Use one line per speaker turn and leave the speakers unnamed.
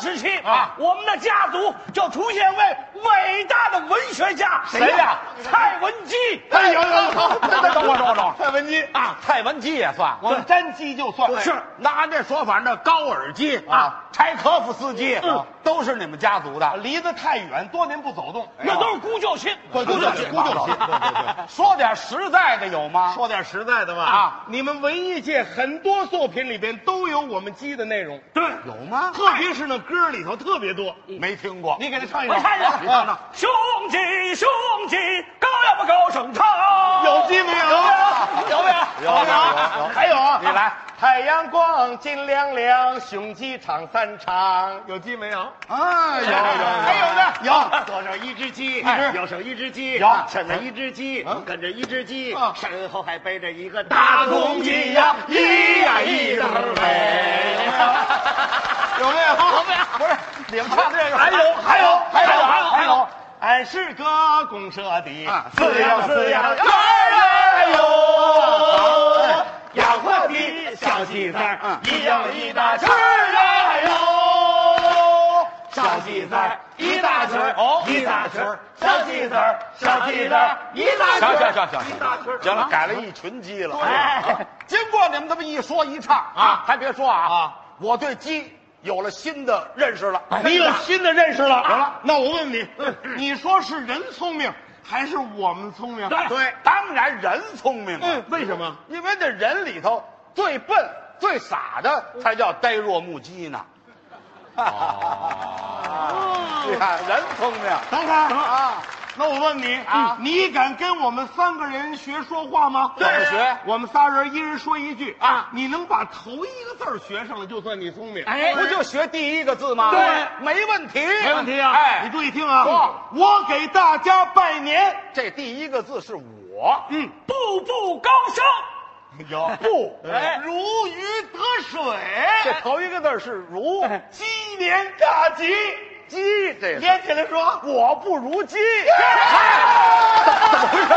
时期
啊
啊，我们的家族就出现一位伟大的文学家，
谁呀
蔡文姬。
哎呦呦，好，
等我等我等我
蔡文姬
啊，蔡文姬也算，
我们单机就算
是
那按这说法，那高尔基啊
啊、嗯
柴可夫斯基啊，都是你们家族的。
离得太远，多年不走动，哎
那都是姑舅亲。
对对对对
孤
对
旧
对对对 对
说点实在的有吗？
说点实在的吧
啊
你们文艺界很多作品里边都有我们鸡的内容，嗯
对，
有吗？
特别是那歌里头特别多。
没听过。
你给他唱一首，
我看
啊
一
你
下
唱唱，
兄弟兄弟，高要不高声唱。
有啊鸡没有？
啊
有没有？
有有还有啊，
你来。
太阳光金亮亮，雄鸡唱三场，有鸡没有？
啊，有有
还
有
有呢，
有左手一只鸡，
哎
右手一只鸡，
有
牵着一只鸡，跟着一只鸡
啊，
身后还背着一个
大
大
公
公
鸡
鸡
呀
呀，
一
一
呀
呀
一
一
呀
呀
喂
喂。
有没有？有没有？不是，你们唱这个还有还有还有还有还有，俺哎是个公社的，
啊
四呀四呀
来来哟，哎养活的
小鸡子儿
一
一
样
样
一
一
大
大
圈
圈
儿
儿
来
啊
来
哟，
小鸡子儿一大圈儿
哦
一大圈儿小鸡子儿小鸡子儿一
大
行行
圈儿
行行行，行了，改了一群鸡了。
哎
经过你们这么一说一唱啊，还别说啊啊，我对鸡有了新的认识了。
你有新的认识了。有了，那我问你，你说是人聪明还是我们聪明？
对，当然人聪明啊
嗯，，为什么？
因为这人里头最笨最傻的才叫呆若木鸡呢。哦， 你看人聪明
等会儿
啊，
那我问你
啊
你敢跟我们三个人学说话吗？
怎么学
我们仨人一人说一句
啊
你能把头一个字儿学上了，就算你聪明。
哎
不就学第一个字吗？
对，
没问题，
没问题啊
你
哎，
注意听啊！
说
我给大家拜年。
这第一个字是我，
嗯，
步步高升。
有
不，
哎
如鱼得水，
这头一个字是如，
哎
鸡年大吉。
鸡这是
连起来说，
我不如鸡。
哎
怎么回事？